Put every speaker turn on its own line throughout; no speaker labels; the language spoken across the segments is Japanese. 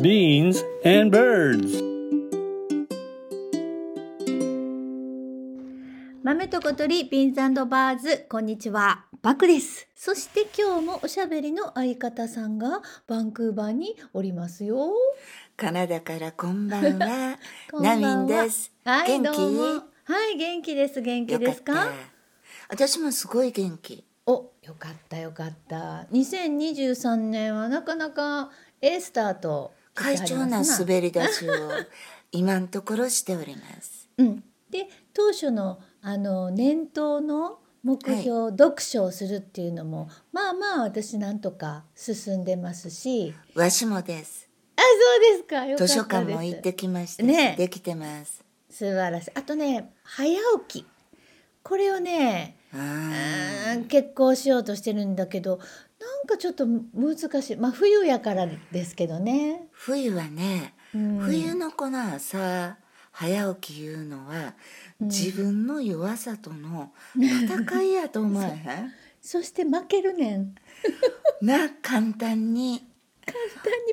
Beans and birds.
豆と小鳥ビンズバーズこんにちはバクですそして今日もおしゃべりの相方さんがバンクーバーにおりますよ
カナダからこんばんは。
こんば
ナ
ん
ミ
は
ンです。
はいど
元
う
気
もはい元気です元気
よか
で
っ
すか
た。私もすごい元気。
およかったよかった2023年はなかなかエースターと
快調な滑り出 しを今のところしております。
うん、で当初のあの年頭の目標、読書をするっていうのもまあまあ私なんとか進んでますし
わしもです。
あそうですかよかったで
図
す
書館も行ってきましたし、
ねえ
できてます。
素晴らしいあとね早起きこれをね、
う
うんーん、結構しようとしてるんだけどなんかちょっと難しいまあ冬やからですけどね、
冬はね、
うん、
冬のこの朝早起きいうのは、自分の弱さと の戦いやと思えへん。
そして負けるねん
な簡単に。
簡単に
だいたい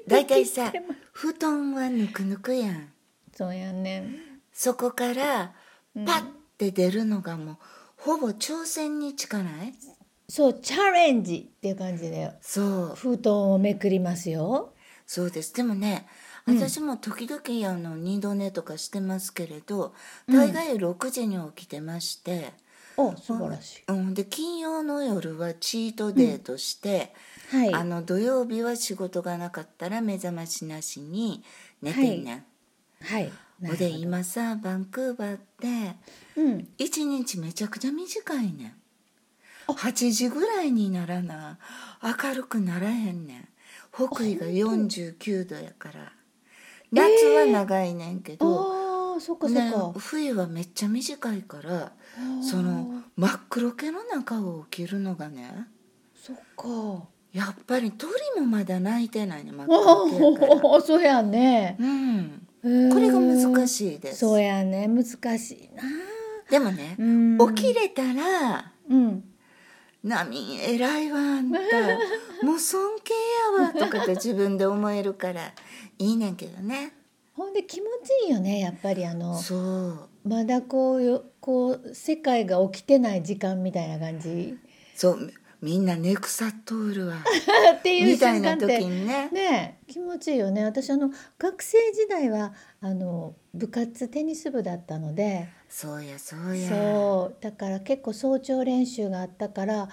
ポキっ
さ
てま
布団はぬくぬくやん
そうやねん
そこからパッて出るのがもうほぼ挑戦に近ない
そうチャレンジっていう感じで
そう
封筒をめくりますよ。
そうですでもね私も時々あの二度寝とかしてますけれど大概6時に起きてまして、
お素晴らしい。
うん、で金曜の夜はチートデーとして、
はい。
あの土曜日は仕事がなかったら目覚ましなしに寝てんねん。
はい。な
ほ
る
で
ほど
今さバンクーバーって
うん。
一日めちゃくちゃ短いねん
あ
8時ぐらいにならな明るくならへんねん北緯が49度やから夏は長いねんけど、
ああそっかそ
ね
っか。
冬はめっちゃ短いから
ー
その真っ黒系の中を起きるのがね
そっか。
やっぱり鳥もまだ鳴いてないね真っ黒系やから、
おおそうやね。
うん、
こ
これが難
い
しいです
そうやね難しいな。
でもね
うん
起きれたら
うん。
ナミン偉いわあんた もう尊敬やわとかって自分で思えるからいいねんけどね
ほんで気持ちいいよねやっぱりあの
そう
まだこうよこう世界が起きてない時間みたいな感じ
そうみんな寝腐っとるわ
っていう
みたい
瞬間
な
って
時にね
ねえ気持ちいいよね私あの学生時代はあの部活テニス部だったので
そうやそうや
そうだから結構早朝練習があったから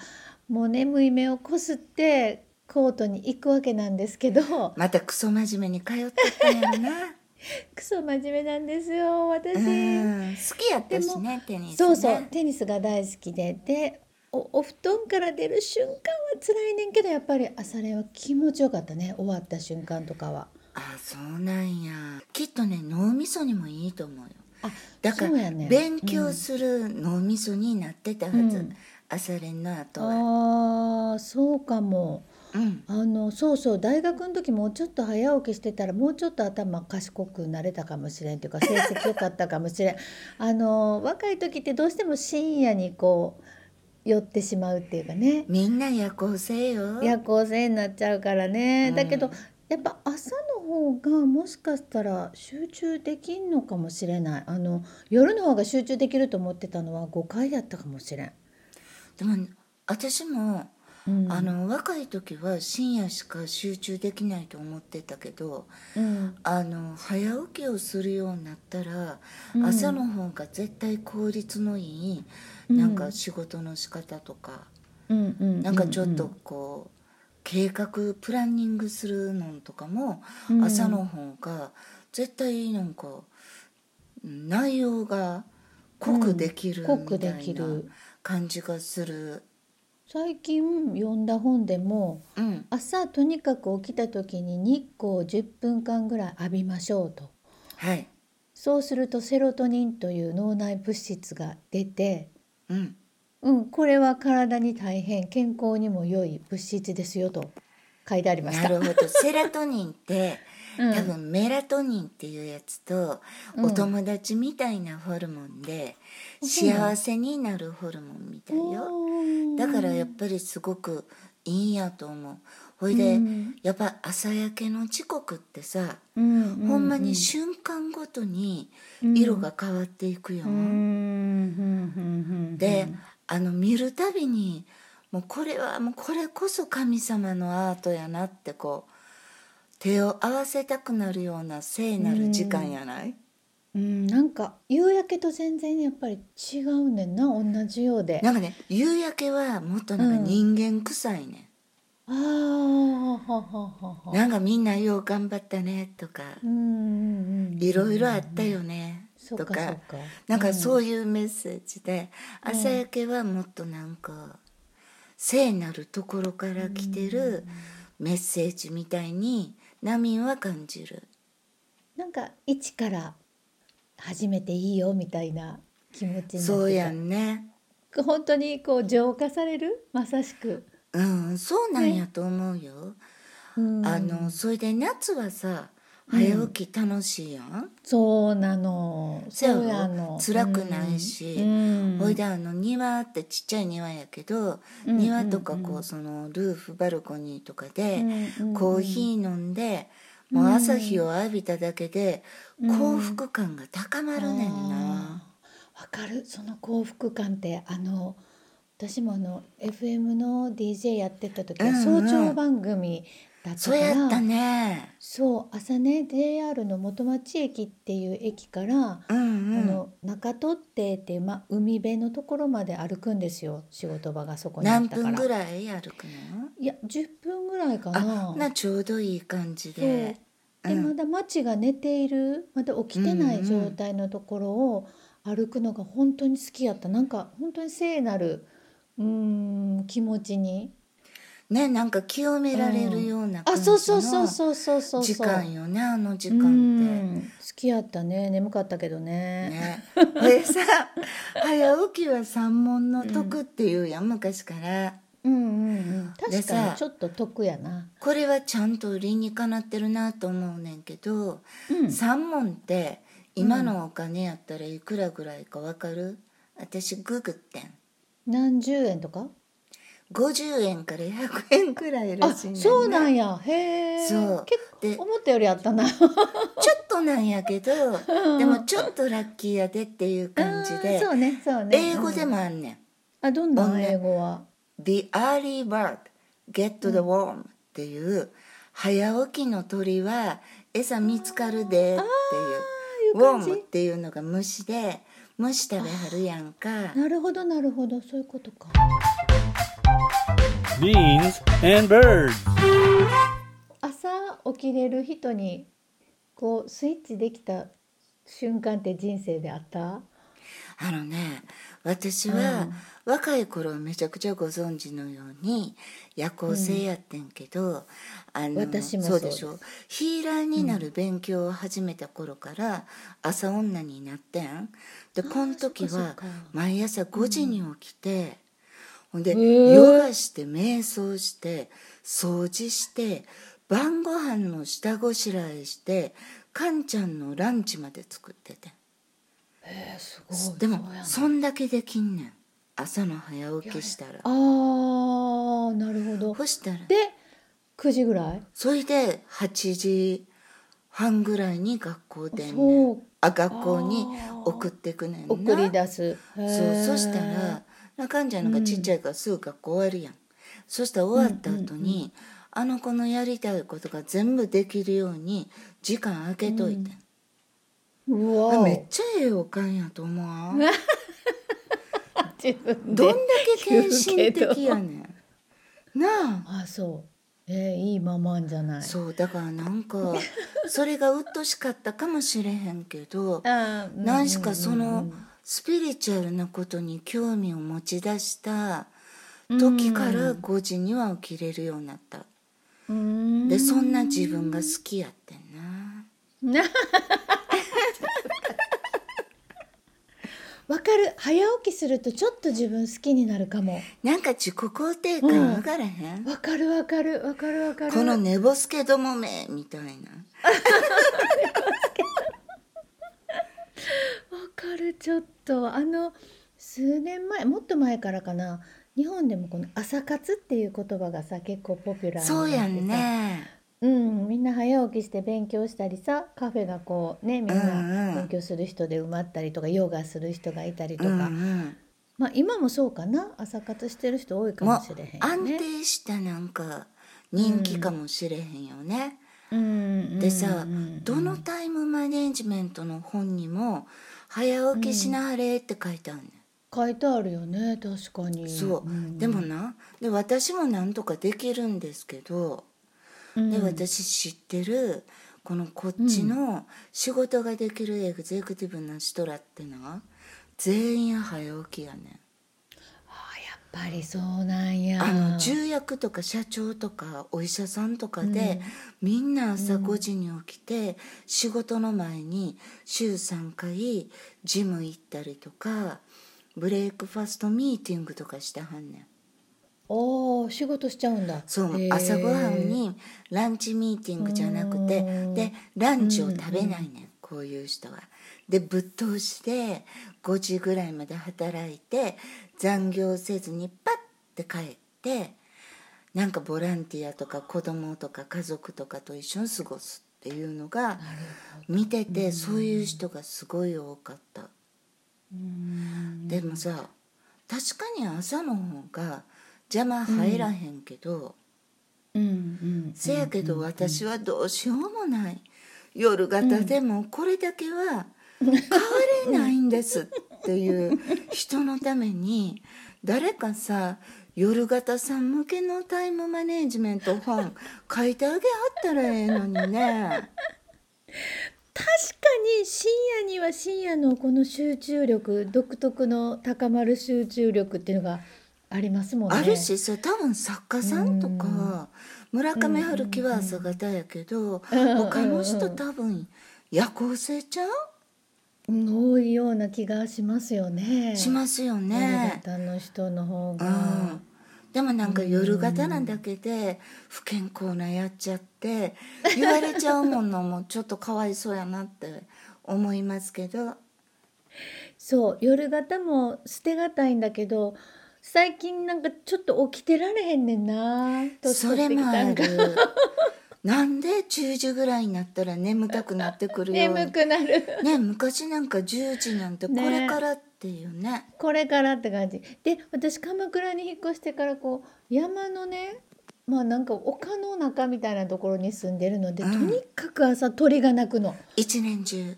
もう眠い目をこすってコートに行くわけなんですけ ど
またクソ真面目に通ってたんや ろな
クソ真面目なんですよ私。
うん好きやったしねテニスね
そうそうテニスが大好きででおお布団から出る瞬間は辛いねんけどやっぱり朝練は気持ちよかったね終わった瞬間とかは。
あそうなんやきっとね脳みそにもいいと思うよ
あ
だから、
そうやね
勉強する脳みそになってたはず、
うん
朝練の後は
あーそうかも
うん
あのそうそう大学の時もうちょっと早起きしてたらもうちょっと頭賢くなれたかもしれんってい うか成績良かったかもしれんあの若い時ってどうしても深夜にこう寄ってしまうっていうかね
みんな夜行性よ
夜行性になっちゃうからね、
うん
だけどやっぱ朝の方がもしかしたら集中できんのかもしれないあの夜の方が集中できると思ってたのは誤解やったかもしれん。
でも私も、
うん、
あの若い時は深夜しか集中できないと思ってたけど
うん
あの早起きをするようになったら、
うん
朝の方が絶対効率のいい、
うん
なんか仕事の仕方とか、
うんう
なんかちょっ
う
とこう、計画プランニングするのとかも、
うん
朝の方が絶対なんか内容が濃くできる
うん濃
み
く
た
で
い
き
な
る
感じがする。
最近読んだ本でも
うん
朝とにかく起きた時に日光を10分間ぐらい浴びましょうと
はい、
そうするとセロトニンという脳内物質が出て
うん、
うんこれは体に大変健康にも良い物質ですよと書いてありまし
な
た。
る ほどセラトニンって
うん
多分メラトニンっていうやつと
うん
お友達みたいなホルモンで
そうなの
幸せになるホルモンみたいよ
おー
だからやっぱりすごくいいんやと思うほいで、
うん
やっぱ朝焼けの時刻ってさ、
うんうん
ほんまに瞬間ごとに
うん
色が変わっていくよ、
うんうんうんうん
で、あの見るたびにもうこれはもうこれこそ神様のアートやなってこう手を合わせたくなるような聖なる時間やない、
うん、なんか夕焼けと全然やっぱり違うねんな同じようで
なんかね夕焼けはもっとなんか人間臭いね、
ああはははは
なんかみんなよう頑張ったねとか、
うんうんうん
いろいろあったよね、
そう
と
かそう
か
か
なんか
う
そういうメッセージで、朝焼けはもっとなんか聖なるところから来てるメッセージみたいにナミンは感じる
なんか一から始めていいよみたいな気持ちになってた
そうやんね
本当にこう浄化されるまさしく、
うんそうなんやと思うよ、
うん
あのそれで夏はさ早起き楽しいやん、
そうなの
そうやろ
の
辛くないし
うん
ほいであの庭ってちっちゃい庭やけど、
うん
庭とか
うん
こ
う
うそのルーフバルコニーとかで
うんうん
コーヒー飲んで、もう朝日を浴びただけで幸福感が高まるねんな、
わかるその幸福感ってあの私もあの FM の DJ やってた時は
うんう
早
ん
朝番組だった
そう
から、
やったね
そう朝ね JR の元町駅っていう駅から、
うん
あ
うん
の中取ってっていう、ま、海辺のところまで歩くんですよ仕事場がそこにあっ
何
たから
分ぐらい歩くの
いや10分ぐらいかな
あなちょうどいい感じで
そうで
うん
まだ街が寝ているまだ起きてない状態のところを歩くのが本当に好きやったなんか本当に聖なるうーん気持ちに
ねなんか清められるような
あ
感じ
そうそうそう
の
そうそうそう
時間よねあの時
う
間って。
ん好きやったね眠かったけどね
ね、ほいでさ早起きは三文の徳っていうやん昔から
うんうんうん確
で
か
さ
にちょっと得やな
これはちゃんと理にかなってるなと思うねんけど、三文って今のお金やったらいくらぐらいかわかる私ググってん
何十円とか
50円から100円くらいら
あ
しいね
そうなん
や
やへえ結
そうで
構思ったよりあったな
ちょっとなんやけど、でもちょっとラッキーやでっていう感じ
あー
で
そうねそうね
英語でもあんねん
あどんな
音
ん
楽
英語は
The early bird get the worm、っていう早起きの鳥は餌見つかるでってい
あ
う
ーいう感
worm
じ
っていうのが虫で虫食べはるやんか
なるほどなるほどそういうことか
Beans and birds.
朝起きれる人にこうスイッチできた瞬間って人生であった
あのね私は若い頃はめちゃくちゃご存知のように夜行性やってんけど、あの
私も
そ
そ
う
う
で
です
しょヒーラーになる勉強を始めた頃から朝女になってんでこの時
そっか
は
そっか
毎朝5時に起きて、ほんで、
ー
ヨガして瞑想して掃除して晩ご飯の下ごしらえしてカンちゃんのランチまで作っててん
えー、すごい
でも
そうやな
そんだけできんねん朝の早起きしたら
あーなるほど
そしたら
で9時ぐらい
それで8時半ぐらいに学校でね
そ
ん
う
あ学校に送ってくねんな
送り出すへ
そう
ー
そしたらなかんじゃんなんかちっちゃいからすぐ学校終わるやん、そしたら終わった後に、あの子のやりたいことが全部できるように時間空けといてん、
う
あ
わ
めっちゃええおかんやと思わん
自分
ど
で
んだけ献身的やねんな
あそうえー、いいママんじゃな
あ
い
そうだからなんか それが鬱陶しかったかもしれへんけど
あーうん
何しかそのスピリチュアルなことに興味を持ち出した時から5時には起きれるようになった
うーん
でそんな自分が好きやってんな
わかる早起きするとちょっと自分好きになるかも
なんか自己肯定感上がらへん
わかるわかるわかるわかる
この寝ぼすけどもめみたいな
わかるちょっとあの数年前もっと前からかな日本でもこの朝活っていう言葉がさ結構ポピュラーになってさ
そうやんね
うん、みんな早起きして勉強したりさカフェがこうねみん
うんう
なん勉
ん
強する人で埋まったりとかヨガする人がいたりと
う
か、
んうん
まあ今もそうかな朝活してる人多いか
もう
もしれへんよ
安
ね。
定したなんか人気かもしれへんよね、
うん
でさ、
うんうん
どのタイムマネジメントの本にも「早起きしなはれ」って書いてあるねん
書いてあるよね確かに。
そう、
ん
でもなで私もなんとかできるんですけ
う
ど、
ん
で私知ってるこのこっちの仕事ができるエグゼクティブな人らってな全員早起きやねん。
あやっぱりそうなんや。
あの重役とか社長とかお医者さんとかで、みんな朝5時に起きて、仕事の前に週3回ジム行ったりとかブレイクファストミーティングとかしてはんねん
おー仕事しちゃうんだ。
そう
へー
朝ごはんにランチミーティングじゃなくて
うん
でランチを食べないねん、こういう人は。でぶっ通しで5時ぐらいまで働いて残業せずにパッて帰ってなんかボランティアとか子供とか家族とかと一緒に過ごすっていうのが見ててそういう人がすごい多かった。
うん
でもさ確かに朝の方が邪魔入らへんけど。
うんうん
せやけど私はどうしようもない夜型でもこれだけは変われないんですっていう人のために誰かさ夜型さん向けのタイムマネジメント本書いてあげはったらええの にね
確かに深夜には深夜のこの集中力独特の高まる集中力っていうのがありますもんね。
あるしそう多分作家さんとか村上春樹は朝型やけど
うん
他の人多分夜行性ちゃう
うん多いような気がしますよね。
しますよ
夜
ね。
型の人の方
う
が
ん、でもなんか夜型なだけで不健康なやっちゃって言われちゃうものもちょっとかわいそうやなって思いますけど
そう夜型も捨てがたいんだけど最近なんかちょっと起きてられへんねんな年
そ
取っ
れ
てき
も
た
あ
んか
るなんで10時ぐらいになったら眠たくなってくるように
眠くなる。
ね昔なんか10時なんてこ
ね
れからっていうね
これからって感じで私鎌倉に引っ越してからこう山のねまあなんか丘の中みたいなところに住んでるので、
うん
とにかく朝鳥が鳴くの
一年中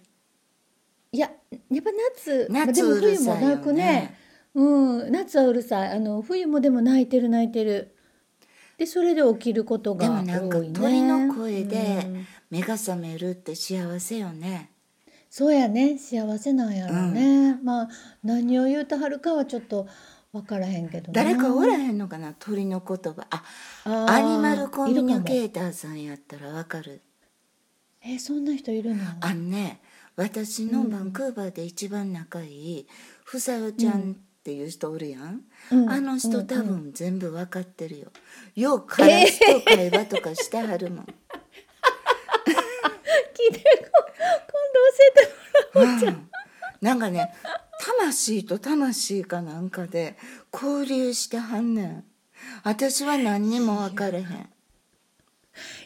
いややっぱ夏まあで
夏
も
うる
冬も
さいよ
鳴くね
ね
うん夏はうるさいあの冬もでも鳴いてる鳴いてるでそれで起きること
で
が多
も
いね
なんか鳥の声
う
で
ん
目が覚めるって幸せよね
そうやね幸せなんやろうね、まあ何を言うてはるかはちょっと分からへんけどな
誰かおらへんのかな鳥の言葉あ
あー
アニマルコミュニ
いるかも
ケーターさんやったらわかる
えそんな人いるの
あのね私のバンクーバーで一番仲いいふさよちゃんっていう人おるやん、
うん
あの人、
うん
多分全部わかってるよようカラスと会話とかしてはるもん、
聞いてこ今度教えてもら
うんなんかね魂と魂かなんかで交流してはんねん私は何にも分かれへん
う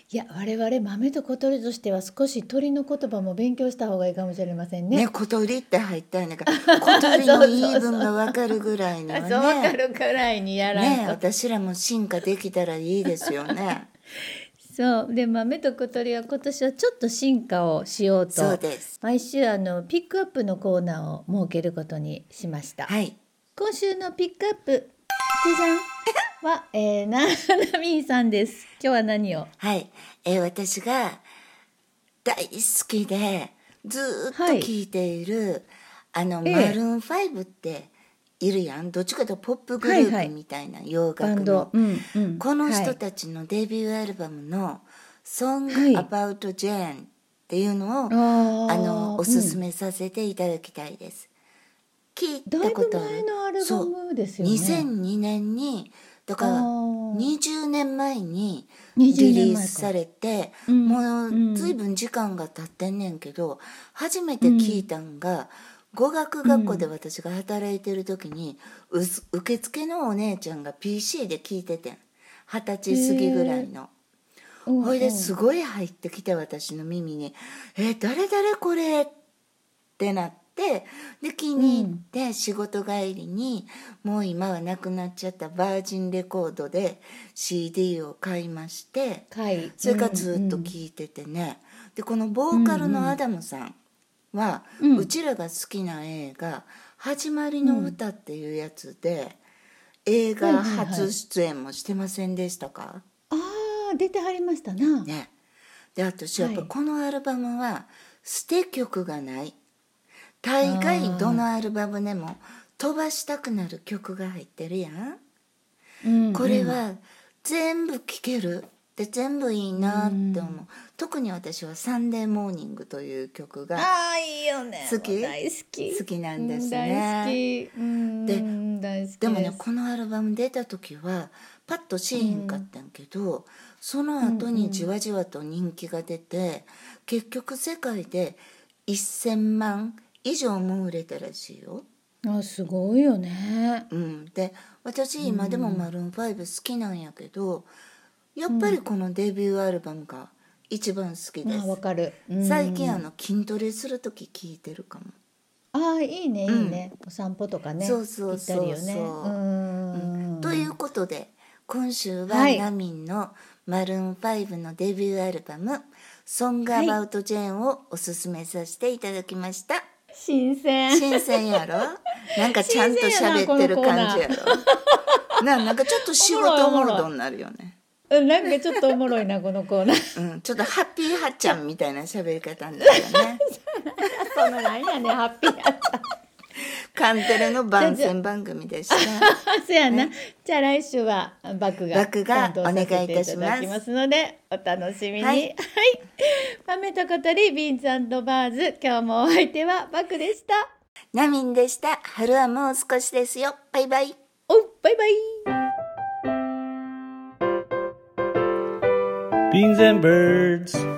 いや我々豆と小鳥としては少し鳥の言葉も勉強した方がいいかもしれませんね
ね小鳥って入ったんだか ら小鳥の言い分が分かるぐらいには
あ
ね
そうわかるくらいにやらん
ね
と、
私らも進化できたらいいですよ ね
そうで豆と小鳥は今年はちょっと進化をしようと
そうです
毎週あのピックアップのコーナーを設けることにしました、
はい
今週のピックアップじゃじゃんは、えー、ななみーさんです今日は何を
はい、えー私が大好きでずーっと聴いている、あの、
ええ
マルーン5っているやんどっちかというとポップグル
はいは
ー
い
プみたいな洋楽の、
バンド、うんうん
この
は
人
い
たちのデビューアルバムの「Song
はい
About Jane」っていうのを、
あー
あのおすすめさせていただきたいです。聞いたことあ
だい
る
ぶ前のアルバムですよね
そう2002年にだか
あ
ら
ー
20年前にリ
20
リ
年前
ー
か
スされて、
うん
もううんずいぶん時間が経ってんねんけど初めて聞いたんが、語学学校で私が働いてる時に、うす受付のお姉ちゃんが PC で聞いててん二十歳過ぎぐらいの。
うん
ほいうで
ん
すごい入ってきて私の耳に「え誰誰これ?」ってなってで気に入って仕事帰りにもう今はなくなっちゃったバージンレコードで CD を買いまして
はい
それからずっと聴いててねでこのボーカルのアダムさんは
うん
うちらが好きな映画「始まりの歌」っていうやつで映画初出演もしてませんでしたか、
うんうんあー出てはりましたな、
ね、で私やっぱ
はい
このアルバムは捨て曲がない大概どのアルバムでも飛ばしたくなる曲が入ってるやん、
うん
これは全部聴けるで全部いいなって思う、特に私は「サンデーモーニング」という曲が
ああいいよね
好き
もう大好き
好きなんです
大好
ね、
きうん
で
大好きす
でもねこのアルバム出た時はパッとしへんかったんけど、その後にじわじわと人気が出て、結局世界で1,000万以上も売れたらしいよ。
あすごいよね
うん、で私今でもマルーン5好きなんやけどやっぱりこのデビューアルバムが一番好きで
まあわ
す。
かる、うん
最近あの筋トレする時聴いてるかも。
ああいいねいいね、お散歩とかね
そうそうそうそう
行ったりよねうん
ということで今週は
はい
ナミンのマルーン5のデビューアルバム「ソング・アバウト・ジェーン」をおすすめさせていただきました、
新鮮
新鮮 やろなんかちゃんと喋ってる感じやろななんかちょっと仕事
おも
モ
ろいおもろい
ードになるよね
うんなんかちょっとおもろいなこのコーナ ー
うん、ちょっとハッピーハッちゃんみたいな喋り方になるよ ね
そのなんやねハッピーやった
カンテレの番宣番組 でした
そやな、じゃあ来週はバクが
バクが
担当させていただきますのでお楽しみに
は
はいい、豆と小鳥ビーンズバーズ今日もお相手はバクでした
ナミンでした春はもう少しですよバイバイ
おバイバイ
Beans and birds.